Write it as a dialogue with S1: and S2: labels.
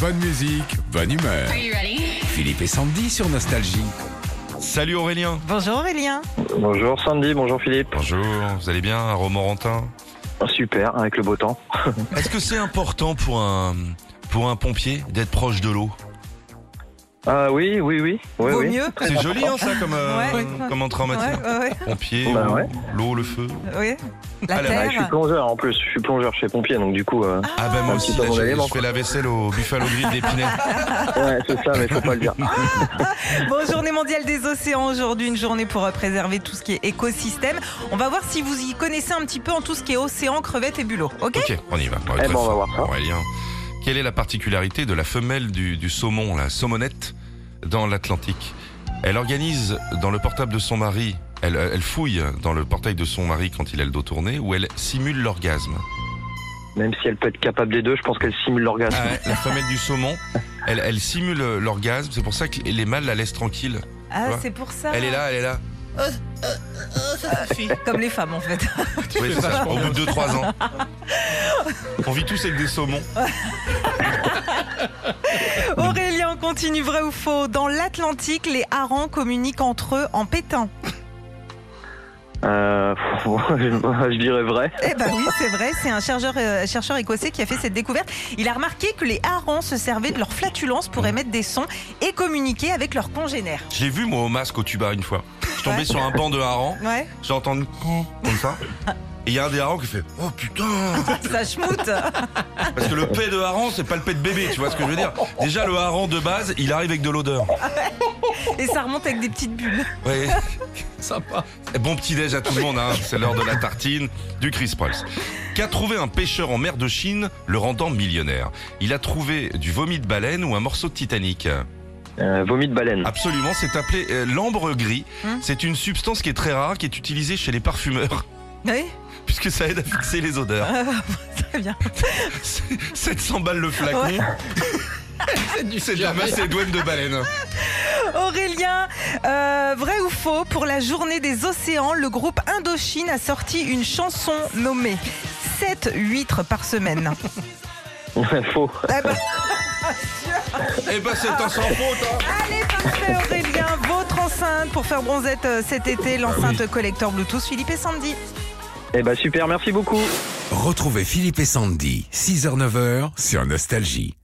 S1: Bonne musique, bonne humeur.
S2: Are you ready?
S1: Philippe et Sandy sur Nostalgie.
S3: Salut Aurélien.
S4: Bonjour Aurélien.
S5: Bonjour Sandy, bonjour Philippe. Ah,
S3: Bonjour, vous allez bien à Romorantin
S5: Super, avec le beau temps.
S3: Est-ce que c'est important pour un, pour un pompier d'être proche de l'eau
S5: Ah oui, oui, oui. oui,
S4: Vaut
S5: oui.
S4: mieux.
S3: C'est joli hein, ça comme, euh,
S4: Ouais.
S3: comme entrée en matière.
S4: Ouais, ouais,
S3: Pompier,
S5: Bah
S3: eau,
S5: ouais.
S3: l'eau, le feu.
S4: ouais. La
S3: Allez,
S5: Ah, je suis
S4: terre.
S5: plongeur en plus, je suis plongeur chez pompier, donc du coup, euh,
S3: Ah ben moi
S5: Un
S3: aussi,
S5: petit peu
S3: là,
S5: mon
S3: je,
S5: élément,
S3: je fais la vaisselle au Buffalo Grill d'Épinay.
S5: ouais, c'est ça, mais faut pas le dire.
S4: Bonne journée mondiale des océans aujourd'hui, une journée pour euh, préserver tout ce qui est écosystème. On va voir si vous y connaissez un petit peu en tout ce qui est océan, crevettes et bulots. Ok
S3: Ok, on y va. va
S5: Eh
S3: être
S5: ben, on va
S3: fort,
S5: voir ça.
S3: Aurélien, quelle est la particularité de la femelle du, du saumon, la saumonette, dans l'Atlantique Elle organise dans le portable de son mari, elle, elle fouille dans le portail de son mari quand il a le dos tourné, où elle simule l'orgasme.
S5: Même si elle peut être capable des deux, je pense qu'elle simule l'orgasme.
S3: Ah ouais, la femelle du saumon, elle, elle simule l'orgasme, c'est pour ça que les mâles la laissent tranquille.
S4: Ah,
S3: Ouais.
S4: c'est pour ça.
S3: Elle est là, elle est là.
S4: Comme les femmes en fait.
S3: Oui, c'est ça, au bout de 2-3 ans. On vit tous avec des saumons.
S4: Aurélien, on continue vrai ou faux Dans l'Atlantique, les harengs communiquent entre eux en pétant.
S5: Euh, pff, je dirais vrai.
S4: Eh ben oui, c'est vrai, c'est un chercheur, euh, chercheur écossais qui a fait cette découverte. Il a remarqué que les harengs se servaient de leur flatulence
S3: Mmh.
S4: pour émettre des sons et communiquer avec leurs congénères.
S3: Je l'ai vu, moi, au masque au tuba une fois. Je tombais
S4: Ouais.
S3: sur un banc de harangue.
S4: Ouais,
S3: J'entends une comme ça. Et il y a un des harengs qui fait Oh putain
S4: ça schmoute.
S3: Parce que le paix de hareng, c'est pas le paix de bébé, tu vois ce que je veux dire Déjà, le hareng de base, il arrive avec de l'odeur.
S4: Et ça remonte avec des petites bulles.
S3: Ouais.
S1: Sympa.
S3: Bon petit-déj à tout le monde, hein. c'est l'heure de la tartine, du Chris Preuss. Qu'a trouvé un pêcheur en mer de Chine, le rendant millionnaire Il a trouvé du vomi de baleine ou un morceau de Titanic
S5: Euh, vomi de baleine.
S3: Absolument, c'est appelé euh, l'ambre gris.
S4: Hmm.
S3: C'est une substance qui est très rare, qui est utilisée chez les parfumeurs,
S4: Oui,
S3: puisque ça aide à fixer les odeurs.
S4: très bien.
S3: 700 balles le flacon.
S4: Ouais.
S3: C'est de la macédoine de baleine.
S4: Aurélien, euh, vrai ou faux Pour la journée des océans, le groupe Indochine a sorti une chanson nommée 7 huîtres par semaine.
S5: Faux.
S4: Ah bah,
S3: Eh ben, c'est un sans faute. hein.
S4: allez, parfait Aurélien, votre enceinte pour faire bronzette euh, cet été, l'enceinte collector Bluetooth Philippe et Sandy.
S5: Eh bah super, merci beaucoup.
S1: Retrouvez Philippe et Sandy, 6h-9h sur Nostalgie.